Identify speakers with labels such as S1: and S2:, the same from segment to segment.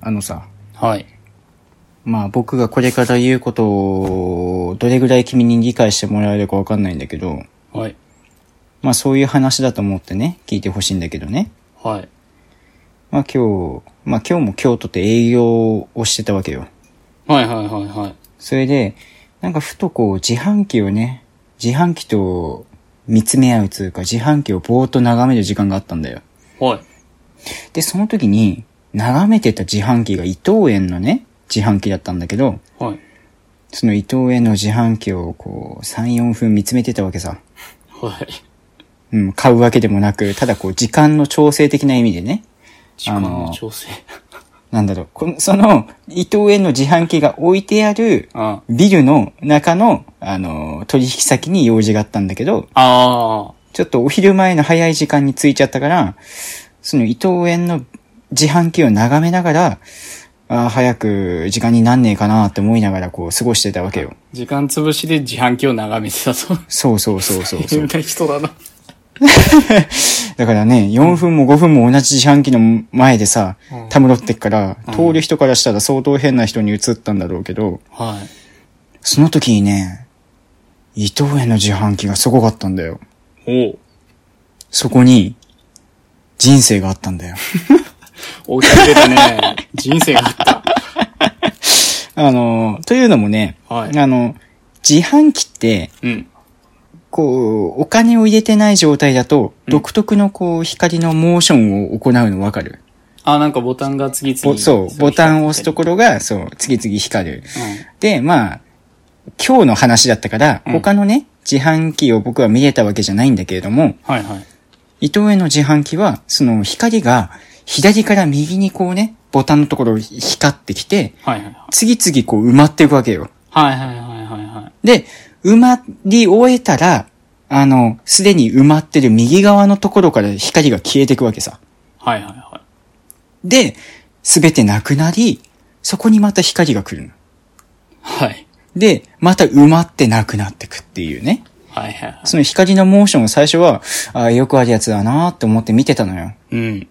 S1: あのさ、
S2: はい。
S1: まあ僕がこれから言うことを、どれぐらい君に理解してもらえるかわかんないんだけど、
S2: はい。
S1: まあそういう話だと思ってね、聞いてほしいんだけどね。
S2: はい。
S1: まあ今日、まあ今日も京都って営業をしてたわけよ。
S2: はいはいはいはい。
S1: それで、なんかふとこう自販機をね、自販機と見つめ合うつうか、自販機をぼーっと眺める時間があったんだよ。
S2: はい。
S1: で、その時に、眺めてた自販機が伊藤園のね、自販機だったんだけど、
S2: はい。
S1: その伊藤園の自販機をこう、3、4分見つめてたわけさ。
S2: はい。
S1: うん、買うわけでもなく、ただこう、時間の調整的な意味でね。
S2: 時間の調整。
S1: なんだろう、この、その、伊藤園の自販機が置いてある、
S2: あ
S1: ビルの中の、あの、取引先に用事があったんだけど、
S2: あ
S1: ちょっとお昼前の早い時間に着いちゃったから、その伊藤園の自販機を眺めながら、あー早く時間になんねえかなって思いながらこう過ごしてたわけよ。
S2: ー。時間潰しで自販機を眺めてたと。
S1: そうそうそうそうそ
S2: 変
S1: う。
S2: な人だな。
S1: だからね、4分も5分も同じ自販機の前でさ
S2: うん、
S1: たむろってっから、
S2: うん
S1: 通る人からしたら相当変な人に移ったんだろうけど、
S2: はい。
S1: その時にね、伊藤園の自販機がすごかったんだよ。
S2: おう。
S1: そこに、人生があったん だよ。
S2: おうち出た ね。人生があった。
S1: あの、というのもね、
S2: はい
S1: あの、自販機って、
S2: うん。
S1: こう、お金を入れてない状態だと、独特のこう、光のモーションを行うのわかる、
S2: あ、なんかボタンが次
S1: ぼ
S2: 々。
S1: そう、ボタンを押すところが、そう、次々光る。で、まあ、今日の話だったから、
S2: うん
S1: 他のね、自販機を僕は見れたわけじゃないんだけれども、
S2: うん。はいはい。
S1: 伊藤園の自販機は、その光が、左から右にこうね、ボタンのところ光ってきて、
S2: はいはいはい。
S1: 次々こう埋まっていくわけよ。
S2: はいはいはいはいはい。
S1: で、埋まり終えたら、あの、すでに埋まってる右側のところから光が消えていくわけさ。
S2: はいはいはい。
S1: で、すべてなくなり、そこにまた光が来るの。
S2: はい。
S1: で、また埋まってなくなってくっていうね。
S2: はいはいは
S1: その光のモーションを最初は、あーよくあるやつだなーって思って見てたのよ。
S2: い。うん。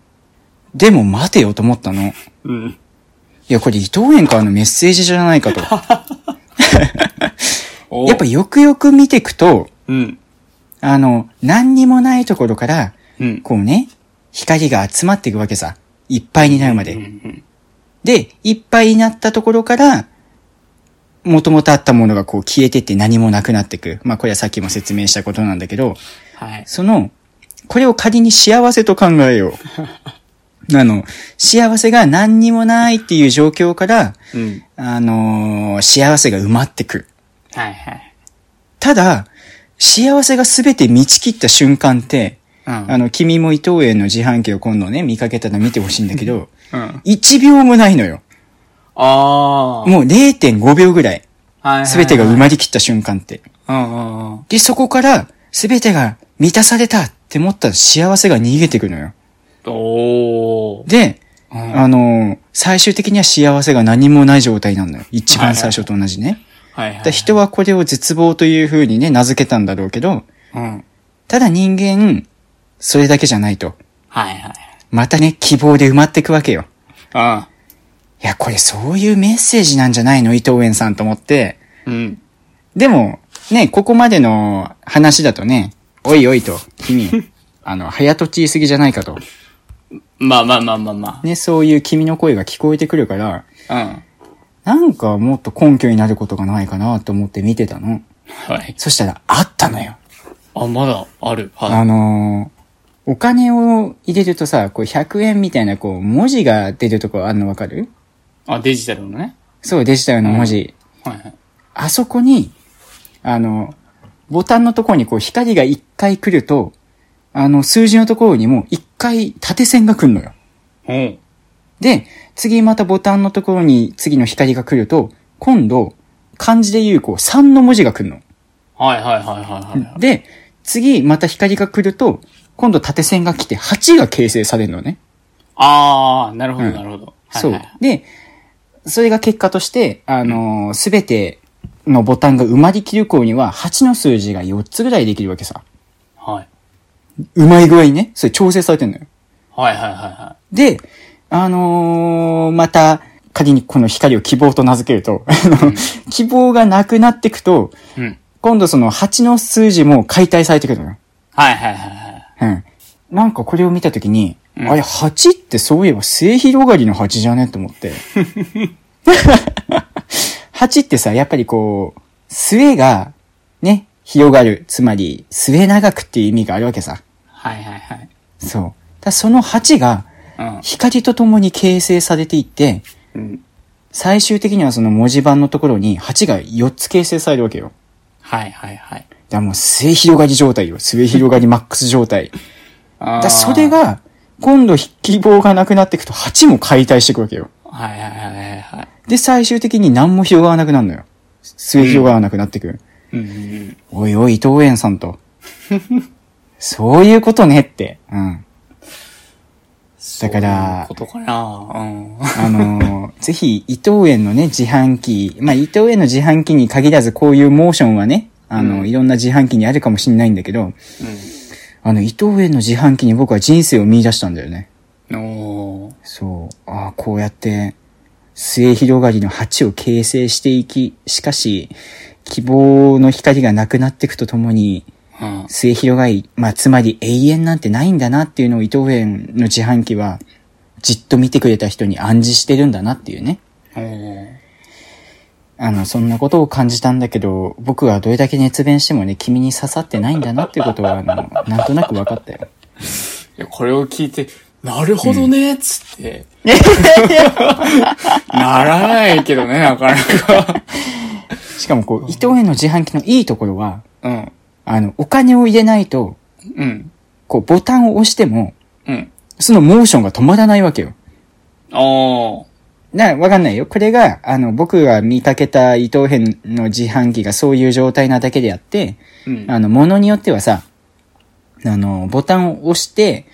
S1: でも待てよと思ったの。
S2: うん。
S1: いや、これ伊藤園からのメッセージじゃないかと。
S2: おう
S1: やっぱよくよく見ていくと、
S2: うん。
S1: あの、何にもないところから、
S2: うん。
S1: こうね、光が集まっていくわけさ。いっぱいになるまで。
S2: うんうん。
S1: で、いっぱいになったところから、もともとあったものがこう消えてって何もなくなっていく。まあこれはさっきも説明したことなんだけど、
S2: はい。
S1: その、これを仮に幸せと考えよ う。あの、幸せが何にもないっていう状況から、
S2: うん。
S1: あのー幸せが埋まってくる。
S2: はいはい。
S1: ただ、幸せが全て満ち切った瞬間って、
S2: うん。
S1: あの、君も伊藤園の自販機を今度ね、見かけたら見てほしいんだけど、
S2: うん。
S1: 1秒もないのよ。
S2: あ
S1: もう0.5秒ぐらい。
S2: あ。
S1: すべてが埋
S2: い。
S1: まりきった瞬間って。
S2: うんうんうん。
S1: で、そこから、すべてが満たされたって思ったら幸せが逃げてくのよ。
S2: おー。
S1: で、
S2: うん
S1: あのー最終的には幸せが何もない状態なのよ。一番最初と同じね。
S2: はい
S1: だ
S2: は
S1: から
S2: い。
S1: 人はこれを絶望という風にね、名付けたんだろうけど、
S2: うん。
S1: ただ人間、それだけじゃないと。
S2: はいはい。
S1: またね、希望で埋まってくわけよ。
S2: あ
S1: いや、これそういうメッセージなんじゃないの伊藤園さんと思って。
S2: うん。
S1: でも、ね、ここまでの話だとね、おいおいと、 君、あの、早とちりすぎじゃないかと。
S2: まあまあまあまあま
S1: ね、そういう君の声が聞こえてくるから、
S2: あ。うん。
S1: なんかもっと根拠になることがないかなと思って見てたの。
S2: はい。
S1: そしたら、あったのよ。
S2: あ、まだある。は
S1: あのーお金を入れるとさ、こう100円みたいなこう文字が出るとこあるのわかる
S2: い。あ、デジタルのね。
S1: そう、デジタルの文字。
S2: はいはい。
S1: あそこに、あの、ボタンのところにこう光が一回来ると、あの数字のところにも一回縦線が来るのよ。
S2: おう。
S1: で、次またボタンのところに次の光が来ると、今度、漢字で言うこう3の文字が来る
S2: はいはいはいはいはい。
S1: の。で、次また光が来ると、今度縦線が来て8が形成されるのね。
S2: ああ、なるほど
S1: うん
S2: なるほど。はい
S1: そう
S2: はい。
S1: で、それが結果として、あのすべてのボタンが埋まりきる頃には8の数字が4つぐらいできるわけさ。
S2: はい。
S1: うまい具合にね、それ調整されてんのよ。
S2: はいはいはいはい。
S1: で、あのーの、また、仮にこの光を希望と名付けると、あの 希望がなくなっていくと、
S2: うん。
S1: 今度その8の数字も解体されてくるのよ。
S2: はいはいはいはい。
S1: うん。なんかこれを見たときに、
S2: うん
S1: あれ8ってそういえば末広がりの8じゃねと思って。8ってさ、やっぱりこう、末が、ね、広がる。つまり、末長くっていう意味があるわけさ。
S2: はいはいはい。
S1: そう。だその8が、
S2: うん。
S1: 光と共に形成されていって、
S2: うん。
S1: 最終的にはその文字盤のところに8が4つ形成されるわけよ。
S2: はいはいはい。
S1: だからもう末広がり状態よ。末広がりマックス状態。
S2: あー
S1: だそれ。が、今度希望がなくなっていくと8も解体していくわけよ。
S2: はいはいはいはいはい。
S1: で、最終的に何も広がらなくなるのよ。末広がらなくなってくる。
S2: うんうん
S1: おいおい、伊藤園さん と。そういうことねって。うん。だから
S2: そういうことかな。うん。
S1: あのーぜひ、伊藤園のね、自販機、まあ、伊藤園の自販機に限らず、こういうモーションはね、あの、
S2: うん
S1: いろんな自販機にあるかもしれないんだけど、あの、伊藤園の自販機に僕は人生を見出したんだよね。
S2: うん。おー
S1: そう。ああ、こうやって、末広がりの鉢を形成していき、しかし、希望の光がなくなっていくとともに、
S2: うん。
S1: 末広がり、まあ、つまり永遠なんてないんだなっていうのを伊藤園の自販機は、じっと見てくれた人に暗示してるんだなっていうね。
S2: おー
S1: あの、そんなことを感じたんだけど、僕はどれだけ熱弁してもね、君に刺さってないんだなっていうことは、あの、なんとなく分かったよ。
S2: いやこれを聞いて、なるほどね、つって。ならないけ どね、なかなか。
S1: しかもこう、伊藤園の自販機のいいところは、
S2: うん。
S1: あの、お金を入れないと、
S2: うん。
S1: こう、ボタンを押しても、
S2: うん。
S1: そのモーションが止まらないわけよ。
S2: おー
S1: な、わかんないよ。これが、あの、僕が見かけた伊藤編の自販機がそういう状態なだけであって、
S2: うん。
S1: あの、ものによってはさ、あの、ボタンを押して、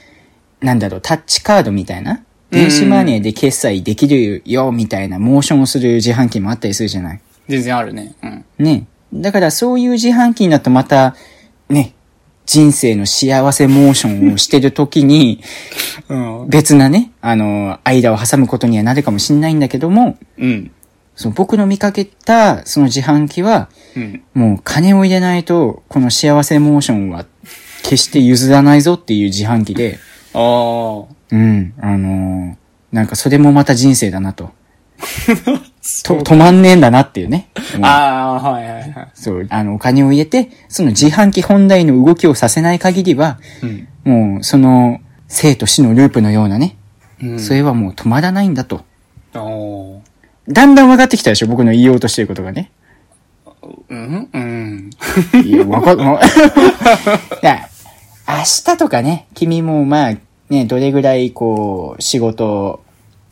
S1: なんだろう、タッチカードみたいな、電子マネーで決済できるよ、みたいなモーションをする自販機もあったりするじゃない。
S2: 全然あるね。うん。
S1: ね。だからそういう自販機になるとまた、ね、人生の幸せモーションをしてるときに、
S2: うん。
S1: 別なね、あの、間を挟むことにはなるかもしれないんだけども、
S2: うん。
S1: その僕の見かけた、その自販機は、
S2: うん。
S1: もう金を入れないと、この幸せモーションは、決して譲らないぞっていう自販機で、
S2: おー
S1: うん、あのーなんかそれもまた人生だなと。と、
S2: そう
S1: 止まんねえんだなっていうね。うん
S2: ああ、はいはいはい。
S1: そう、あの、お金を入れて、その自販機本来の動きをさせない限りは、
S2: うん。
S1: もう、その、生と死のループのようなね、
S2: うん。
S1: それはもう止まらないんだと。
S2: おー
S1: だんだん分かってきたでしょ僕の言おうとしてることがね。
S2: うんうん。
S1: いや、分かっ、もういや、明日とかね、君もまあ、ね、どれぐらいこう、仕事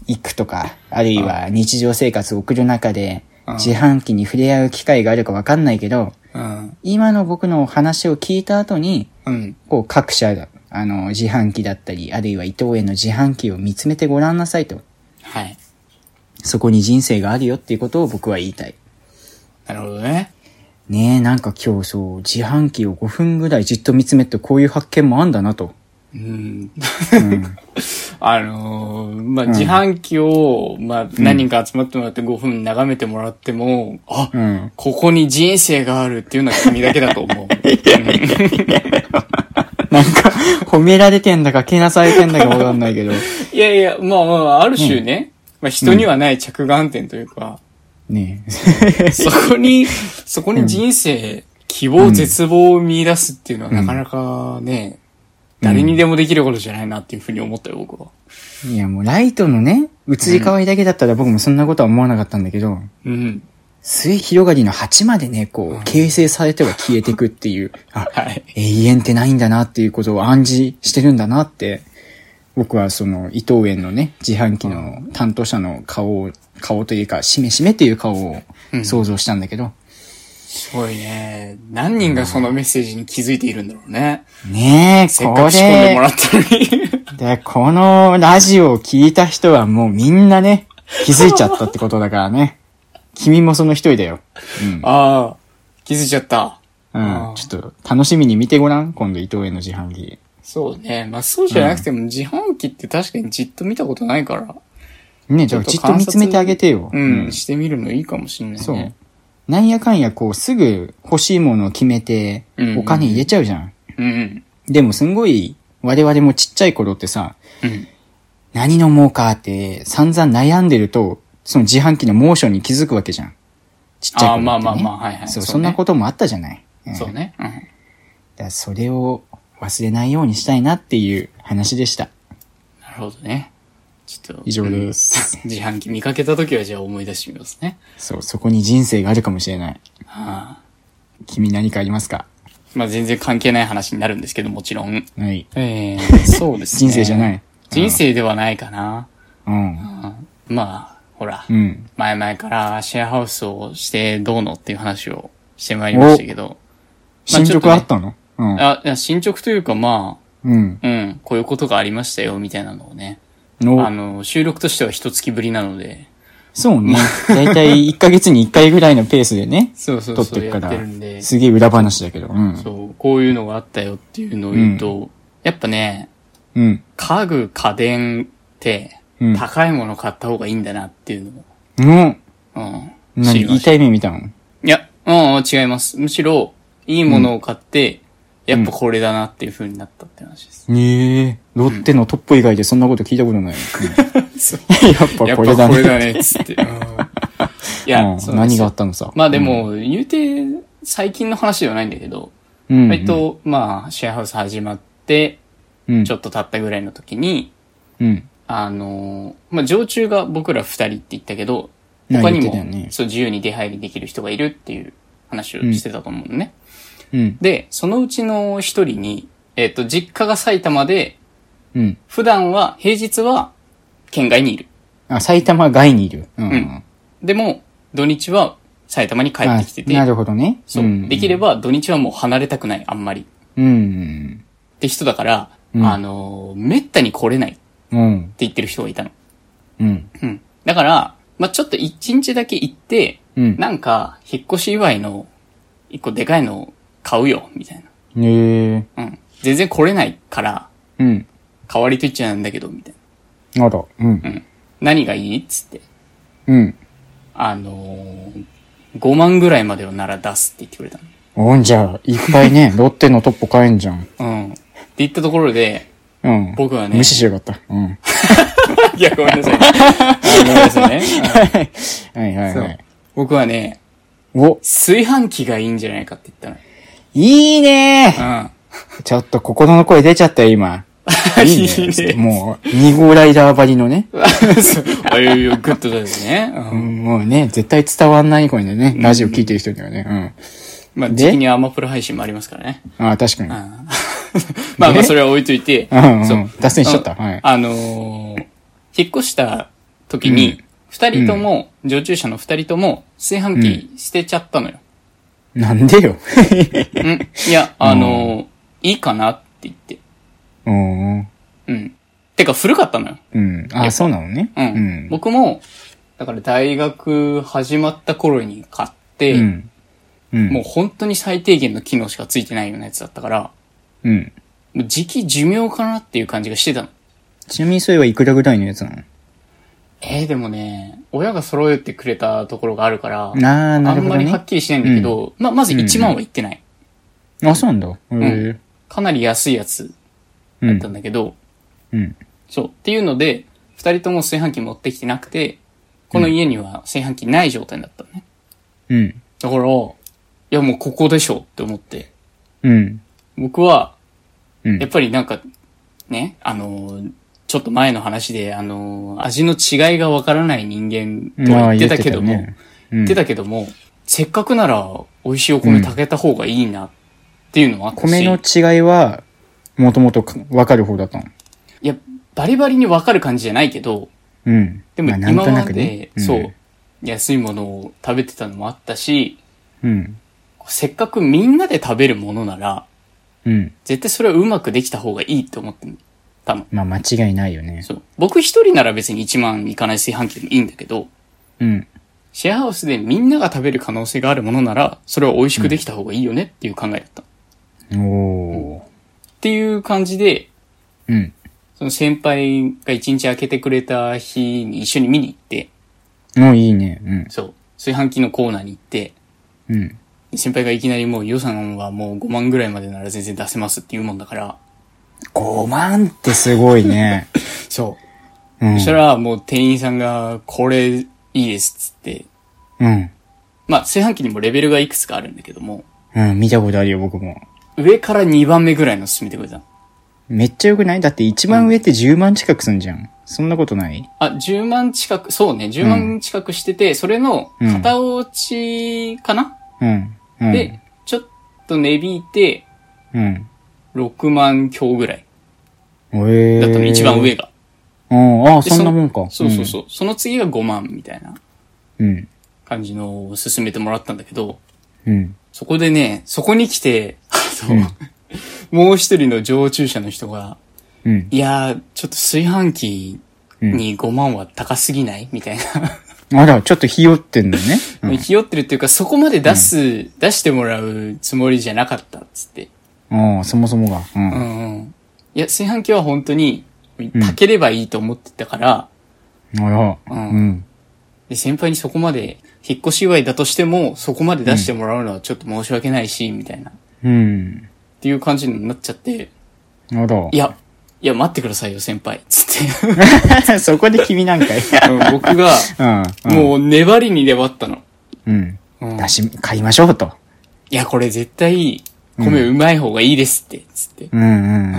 S1: 行くとか、あるいは日常生活を送る中で、
S2: うん
S1: 自販機に触れ合う機会があるか分かんないけど、
S2: うん。
S1: 今の僕のお話を聞いた後に、
S2: うん。
S1: こう各社が、あの、自販機だったり、あるいは伊藤園の自販機を見つめてごらんなさいと。
S2: はい。
S1: そこに人生があるよっていうことを僕は言いたい。
S2: なるほどね。
S1: ねえ、なんか今日そう、自販機を5分ぐらいじっと見つめるとこういう発見もあんだなと。
S2: うん。 あのーまあ、自販機を、まあ、何人か集まってもらって5分眺めてもらっても、あ、
S1: うん。
S2: ここに人生があるっていうのは君だけだと思 う。
S1: なんか、褒められてんだか、けなされてんだかわかんないけど。
S2: いやいや、まあまあまあ、ある種ね、まあ人にはない着眼点というか、
S1: ね
S2: そこに、そこに人生、希望、絶望を見出すっていうのはなかなかね、誰にでもできることじゃないなっていうふうに思ったよ、僕は。
S1: え。 いや、もうライトのね、移り変わりだけだったら僕もそんなことは思わなかったんだけど、
S2: うん。
S1: 末広がりの8までね、こう、形成されては消えてくっていう、あ、
S2: はい。
S1: 永遠ってないんだなっていうことを暗示してるんだなって、僕はその伊藤園のね、自販機の担当者の顔を、顔というか、しめしめっていう顔を想像したんだけど、
S2: すごいね。何人がそのメッセージに気づいているんだろうね。
S1: ねえ、
S2: せっ
S1: こ
S2: かく仕込んでもら
S1: れ、
S2: ったの に。
S1: で、このラジオを聞いた人はもうみんな ね、気づいちゃったってことだからね。君もその一人だよ。
S2: ああ、気づいちゃった。
S1: うん。
S2: あ
S1: ちょっと楽しみに見てごらん、今度伊藤園の自販機。
S2: そうね。まあそうじゃなくても、自販機って確かにじっと見たことないから。
S1: ね、じゃあじっと見つめてあげてよ。
S2: うん、してみるのいいかもしんないね。
S1: そう。なんやかんやこうすぐ欲しいものを決めて
S2: うんうん
S1: お金入れちゃうじゃん。
S2: うん。
S1: でもすんごい我々もちっちゃい頃ってさ、
S2: うん。
S1: 何飲もうかって散々悩んでると、その自販機のモーションに気づくわけじゃん。ちっちゃい頃って、ね。
S2: あーまあまあまあはいはい
S1: そう、
S2: そうね
S1: そんなこともあったじゃない。うん
S2: そうね。うん。
S1: だからそれを忘れないようにしたいなっていう話でした。
S2: なるほどね。ちょっと。
S1: 以上です
S2: うん。自販機見かけた時はじゃあ思い出してみますね。
S1: そう、そこに人生があるかもしれない。
S2: はあ、
S1: 君何かありますか
S2: まあ全然関係ない話になるんですけど、もちろん。
S1: はい。
S2: えー、 そうですね。
S1: 人生じゃない。
S2: 人生ではないかな。
S1: うん。
S2: まあ、ほら
S1: う。ん。
S2: 前々からシェアハウスをしてどうのっていう話をしてまいりましたけど。まあ
S1: 進捗あったの、
S2: あ、いや進捗というかま
S1: うん。
S2: あ、うん、こういうことがありましたよ、みたいなのをね。
S1: うん。
S2: あ
S1: の、
S2: の、収録としては一月ぶりなので。
S1: そうね。だいたい1ヶ月に1回ぐらいのペースでね、
S2: そうそ
S1: 撮
S2: う
S1: っ
S2: そう、
S1: てい
S2: や
S1: く
S2: っ
S1: か
S2: て
S1: ら
S2: るんで。、
S1: すげえ裏話だけど。うん。
S2: そう、こういうのがあったよっていうのを言うと、やっぱね、
S1: うん。
S2: 家具、家電って
S1: うん、
S2: 高いもの買った方がいいんだなっていうの
S1: の、
S2: を、うん。知
S1: 何
S2: りました
S1: 痛い目見たの
S2: いや、うん、うん違います。むしろ、いいものを買って、やっぱこれだなっていう風になったって話です。
S1: ねえ。ロッテのトップ以外でそんなこと聞いたことない。
S2: そう
S1: うん やっぱこれだ
S2: やっぱこ
S1: ね。
S2: れだね、つって。うん いや、
S1: う
S2: そ
S1: ん
S2: うなん
S1: 何
S2: です
S1: があ
S2: よ
S1: ったのさ。
S2: まあでも、言うて、最近の話ではないんだけど、
S1: うん、うん。
S2: 割と、まあ、シェアハウス始まって、
S1: うん、
S2: ちょっと経ったぐらいの時に、
S1: うん。
S2: あのーまあ、常駐が僕ら二人って言ったけど、
S1: ね
S2: 他に
S1: 言っ
S2: も、
S1: てたよね
S2: そう、自由に出入りできる人がいるっていう話をしてたと思うのね。
S1: うん。
S2: で、そのうちの一人に、えっ、と、実家が埼玉で、
S1: うん。
S2: 普段は、平日は、県外にいる。
S1: あ、埼玉外にいる。うん。
S2: んでも、土日は、埼玉に帰ってきてて、
S1: あなるほどね。
S2: そう、
S1: ん
S2: できれば、土日はもう離れたくない、あんまり。っ
S1: うん。
S2: て人だから、
S1: うん
S2: あのー、めったに来れないって
S1: うん。
S2: 言ってる人がいたの。
S1: うん。
S2: うん。だから、まあ、ちょっと一日だけ行って、
S1: うん。
S2: なんか、引っ越し祝いの、一個でかいのを買うよ、みたい
S1: ねえ。
S2: な。うん。全然来れないから、
S1: うん。
S2: 代わりと言っちゃなんだけど、みたい
S1: あら。うん。
S2: な。うん。何がいいっつって。
S1: うん。
S2: あのー、5万ぐらいまでをなら出すって言ってくれた
S1: おんじゃあ、いっぱい ね、ロッテのトップ買えんじゃん。
S2: の。うん。って言ったところで、
S1: うん。
S2: 僕はね
S1: 無視しよかった。うん。
S2: いや、ごめん なさい。あごめんなさいね。
S1: はいはい
S2: そ
S1: は
S2: う
S1: い。
S2: 僕はね、
S1: お、
S2: 炊飯器がいいんじゃないかって言っ
S1: いいね
S2: たの。うん。
S1: ちょっと心の声出ちゃったよ、今。いい
S2: いい
S1: ね。
S2: ね
S1: もう、2号ライダーばりのね。
S2: そうあ、いやいや、グッドですね。う
S1: うんんもうね、絶対伝わんない声でね、ラジオ聞いてる人にはね。
S2: まあ、
S1: で
S2: 時期にアマプロ配信もありますからね。
S1: うん。ああ、確かに。
S2: うん まあまあ、それは置いといて。
S1: うんうん
S2: そう
S1: 脱線しちゃったはい
S2: あのー、引っ越した時に、二人とも、常駐者の二人とも、炊飯器捨てちゃったのよ。
S1: なんで よ。
S2: うん。いや、あのー、いいかなって言って。
S1: うん。
S2: うん。てか、古かったのよ。
S1: うん。あ、そうなのね。
S2: うん。僕も、だから大学始まった頃に買っ
S1: う
S2: て、
S1: ん。うん。
S2: もう本当に最低限の機能しかついてないようなやつだったから、
S1: う。うん。
S2: もう時期寿命かなっていう感じがしてたの。
S1: ちなみにそれはいくらぐらいのやつなの
S2: えー、でもね、親が揃えてくれたところがあるから、
S1: あーなるほどね
S2: あんまりはっきりしないんだけど、まあ、まず1万はいってない。
S1: あ、そうなんだ。へえ。
S2: かなり安いやつ
S1: う
S2: だっ
S1: ん
S2: た。んだけど、
S1: うん。
S2: そう。っていうので、二人とも炊飯器持ってきてなくて、この家には炊飯器ない状態だったのね。
S1: うん。
S2: だから、いやもうここでしょって思って。
S1: うん。
S2: 僕は、
S1: うん
S2: やっぱりなんか、ね、あのー、ちょっと前の話で、あのー、味の違いがわからない人間とは言ってたけども、
S1: まあ
S2: 言
S1: 言って
S2: っ,、
S1: てたよねうん
S2: たけども、せっかくなら美味しいお米炊けた方がいいなっていうのもあったし、
S1: 米の
S2: い
S1: 違いは、もともと分かる方だったの。
S2: や、バリバリにわかる感じじゃないけど、
S1: うん。
S2: でも
S1: あ
S2: 今まで、
S1: ん
S2: そう、安いものを食べてたのもあったし、
S1: うん。
S2: せっかくみんなで食べるものなら、
S1: うん。
S2: 絶対それはうまくできた方がいいって思ってたの。
S1: まあ間違いないよね。
S2: そう。僕一人なら別に1万いかない炊飯器でもいいんだけど、
S1: うん。
S2: シェアハウスでみんなが食べる可能性があるものなら、それは美味しくできた方がいいよねっていう考えだった。っ
S1: おー。
S2: ていう感じで、
S1: うん。
S2: そその先輩が一日空けてくれた日に一緒に見に行って、
S1: もういいね。うん。
S2: そう、炊飯器のコーナーに行って、
S1: うん。
S2: 先輩がいきなりもう予算はもう5万ぐらいまでなら全然出せますって言うもんだから、
S1: 5万ってすごい ね。
S2: そう。
S1: うん
S2: そしたらもう店員さんが、これいいですっつって、
S1: うん。
S2: まあ炊飯器にもレベルがいくつかあるんだけども、
S1: うん、見たことあるよ、僕も。
S2: 上から2番目ぐらいの進めてくれたの。
S1: めっちゃ良くないだって一番上って10万近くすんじゃん。そんなことない
S2: あ、10万近く、そうね、10万近くしてて、それの片落ちかな、
S1: うん。うん。
S2: で、ちょっと値引いて、
S1: うん。
S2: 6万強ぐらい
S1: えー、
S2: だったの、一番。上が。
S1: うん、ああ、
S2: で
S1: そんなもんか。
S2: そうそうそう。その次が5万みたいな
S1: うん。うん。
S2: 感じのを進めてもらったんだけど、
S1: うん。
S2: そこでね、そこに来て、あのもう一人の常駐者の人が、
S1: うん。
S2: いやー、ちょっと炊飯器
S1: うん
S2: に5万は高すぎないみたいな。
S1: あら、ちょっとひよってんのね。うん
S2: ひよってるっていうか、そこまで出す、出してもらうつもりじゃなかったっつって。
S1: ああ、そもそもが。う。
S2: うんんうん。いや、炊飯器は本当に、炊ければいいと思ってたから、
S1: あら。
S2: うん
S1: うん。
S2: で先輩にそこまで、引っ越し祝いだとしても、そこまで出してもらうのはちょっと申し訳ないし、みたいな。っ
S1: うん。
S2: ていう感じになっちゃって、
S1: あ
S2: いや、いや、待ってくださいよ、先輩。つって。
S1: ら。 そこで君なんかい。
S2: うん僕が、
S1: うん。うん。
S2: もう粘りに粘ったの。
S1: うん。
S2: うん
S1: だし、買いましょうと。
S2: いや、これ絶対、米うまい方がいいですって、つって。
S1: うんうん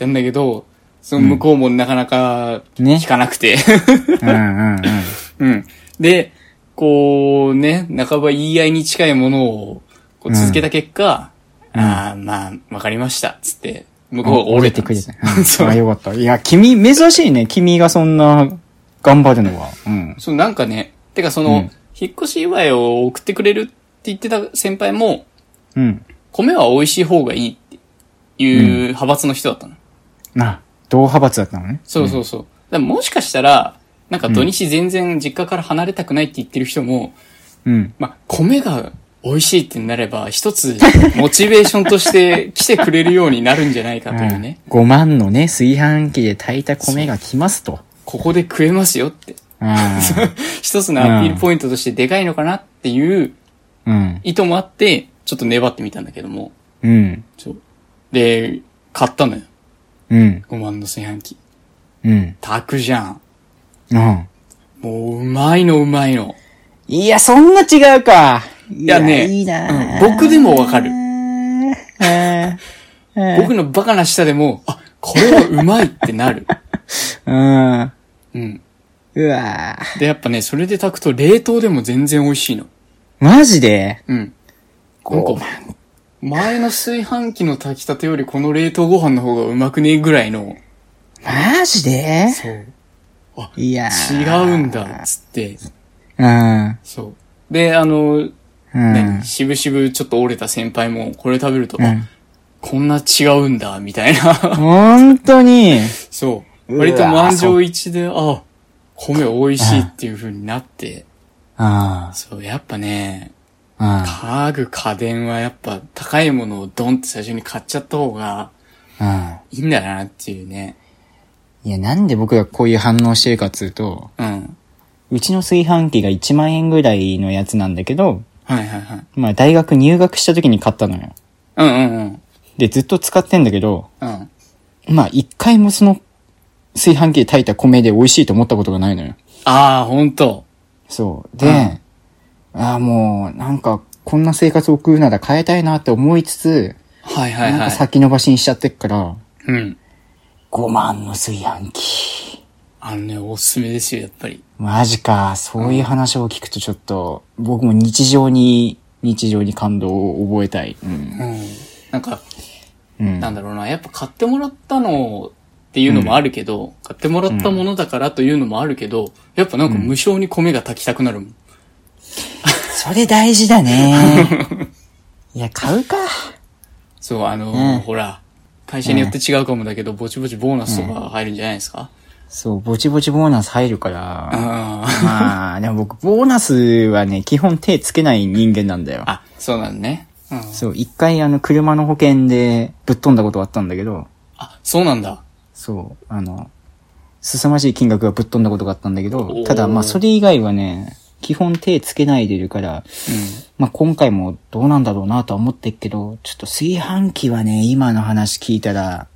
S2: なんだけど、その向こうもなかなか、
S1: うんね
S2: 聞かなくて。
S1: うん。うんうん
S2: うん。で、こうね、半ば言い合いに近いものをこう続けた結果、ああ、まあ、わかりました、つって、向こう
S1: う
S2: が
S1: ん。
S2: 折れて
S1: くれた。
S2: た。
S1: う
S2: そ
S1: ん。あ、
S2: う。
S1: よかった。いや、君、珍しいね。君がそんな、頑張るのは。うん。
S2: そう、なんかね、てかその、引っ越し祝いを送ってくれるって言ってた先輩も、
S1: うん。
S2: 米は美味しい方がいいっていう派閥の人だったの。
S1: な、同派閥だったのね。
S2: そうそうそう。だからもしかしたら、なんか土日全然実家から離れたくないって言ってる人も、
S1: うん。
S2: まあ、米が美味しいってなれば、一つ、モチベーションとして来てくれるようになるんじゃないかというね。
S1: 5万のね、炊飯器で炊いた米が来ますと。
S2: ここで食えますよって。
S1: あ
S2: 一つのアピールポイントとしてでかいのかなっていう
S1: あ。うん。
S2: 意図もあって、ちょっと粘ってみたんだけども。
S1: うん。
S2: そうで、買ったのよ。
S1: うん。
S2: 5万の炊飯器。
S1: うん。
S2: 炊くじゃん。
S1: うん。
S2: もう、うまいのうまいの。
S1: いや、そんな違うか。い
S2: やね
S1: いいな、
S2: うん僕でもわかる
S1: うん。
S2: 僕のバカな舌でも、あ、これはうまいってなる。
S1: うん。
S2: うん。
S1: うわぁ
S2: で、やっぱね、それで炊くと冷凍でも全然美味しいの。
S1: マジで
S2: うん。なん
S1: こ
S2: か、前の炊飯器の炊きたてよりこの冷凍ご飯の方がうまくねえぐらいの、
S1: うマジで
S2: そう。あ、
S1: いや
S2: 違
S1: ー
S2: うんだ、つって。
S1: うん。
S2: そう。で、あの、
S1: うん
S2: 何、。しぶしぶちょっと折れた先輩も、これ食べると、
S1: う
S2: あ
S1: ん。
S2: こんな違うんだ、みたいな。
S1: 本当 に。
S2: そう。
S1: うわ
S2: 割と満場一致で、あ、米美味しいっていう風になって、
S1: あ
S2: そう、やっぱね、
S1: あ。あ
S2: 家具家電はやっぱ高いものをドンって最初に買っちゃった方が
S1: あ。
S2: いいんだなっていうね。
S1: いや、なんで僕がこういう反応してるかっつうと、
S2: うん。
S1: うちの炊飯器が1万円ぐらいのやつなんだけど、
S2: はいはいはい。
S1: まあ大学入学した時に買ったのよ。
S2: うんうんうん。
S1: で、ずっと使ってんだけど、
S2: うん。
S1: まあ一回もその炊飯器で炊いた米で美味しいと思ったことがないのよ。
S2: ああ、ほんと。
S1: そう。で、ああもうなんかこんな生活を送るなら変えたいなって思いつつ、
S2: はいはい
S1: なん
S2: は
S1: か
S2: い。
S1: 先延ばしにしちゃってっから、
S2: うん。
S1: 5万の炊飯器。
S2: あのね、おすすめですよ、やっぱり。
S1: マジか、そういう話を聞くとちょっと、僕も日常に、日常に感動を覚えたい。うん。
S2: うん。なんか、
S1: うん。
S2: なんだろうな、やっぱ買ってもらったのっていうのもあるけど、買ってもらったものだからというのもあるけど、やっぱなんか無償に米が炊きたくなるもん。
S1: それ大事だ ね。いや、買うか。
S2: そう、あのー
S1: ね
S2: ほら、会社によって違うかもだけど、ぼちぼちボーナスとか入るんじゃないですか、
S1: そう、ぼちぼちボーナス入るから。
S2: ああ。
S1: まあ、でも僕、ボーナスはね、基本手つけない人間なんだよ。
S2: あ、そうなんね。うん。
S1: そう、一回あの、車の保険でぶっ飛んだことはあったんだけど、
S2: あ、そうなんだ。
S1: そう、あの、凄まじい金額がぶっ飛んだことがあったんだけ
S2: お
S1: ど、
S2: ー
S1: ただまあそれ以外はね、基本手つけないでいるから、まあ今回もどうなんだろうなとは思ってっけど、ちょっと炊飯器はね、今の話聞いたら、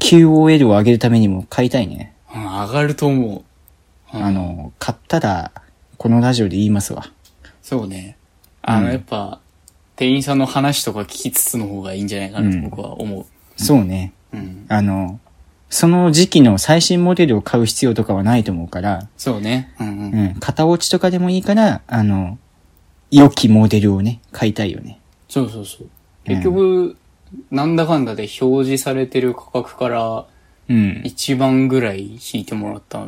S1: QOL を上げるためにも買いたいね。
S2: うん、上がると思う。うん
S1: あの、買ったら、このラジオで言いますわ。
S2: そうね。あの、やっぱ、店員さんの話とか聞きつつの方がいいんじゃないかなと僕は思う。
S1: そうね。
S2: うん。
S1: あの、その時期の最新モデルを買う必要とかはないと思うから、
S2: そうね。うんうん。
S1: うん、型落ちとかでもいいから、あの、良きモデルをね、買いたいよね。
S2: そうそうそう。結局、なんだかんだで表示されてる価格から
S1: うん。
S2: 1万ぐらい引いてもらった。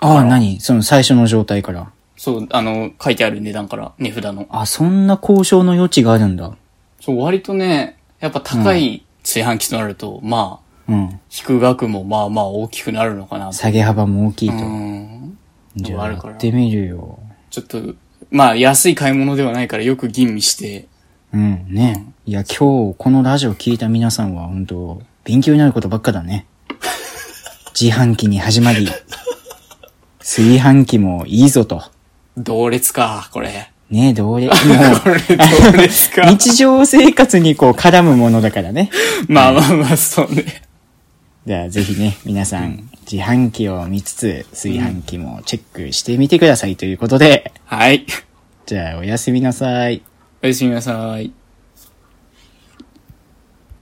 S1: ああ、何その最初の状態から。
S2: そう、あの、書いてある値段から、値札の。
S1: あ、そんな交渉の余地があるんだ。
S2: そう、割とね、やっぱ高い炊飯器となると、まあ、
S1: うん。
S2: 引く額もまあまあ大きくなるのかなと。
S1: 下げ幅も大きいうと。
S2: ん。
S1: じゃ
S2: あ
S1: あ、
S2: る
S1: や
S2: から
S1: ってみるよ。
S2: ちょっと、まあ安い買い物ではないからよく吟味して、
S1: うん、ね。いや、今日このラジオ聞いた皆さんは本当勉強になることばっかだね。自販機に始まり、炊飯器もいいぞと。
S2: 同列か、これ。
S1: ねえ、どれ、も
S2: これ同列
S1: う、
S2: か。
S1: 日常生活にこう絡むものだからね。
S2: まあまあまあ、そうね。
S1: じゃあ、ぜひね、皆さん、自販機を見つつ、炊飯器もチェックしてみてくださいということで、
S2: はい。
S1: じゃあ、おやすみなさい。
S2: おやすみなさい。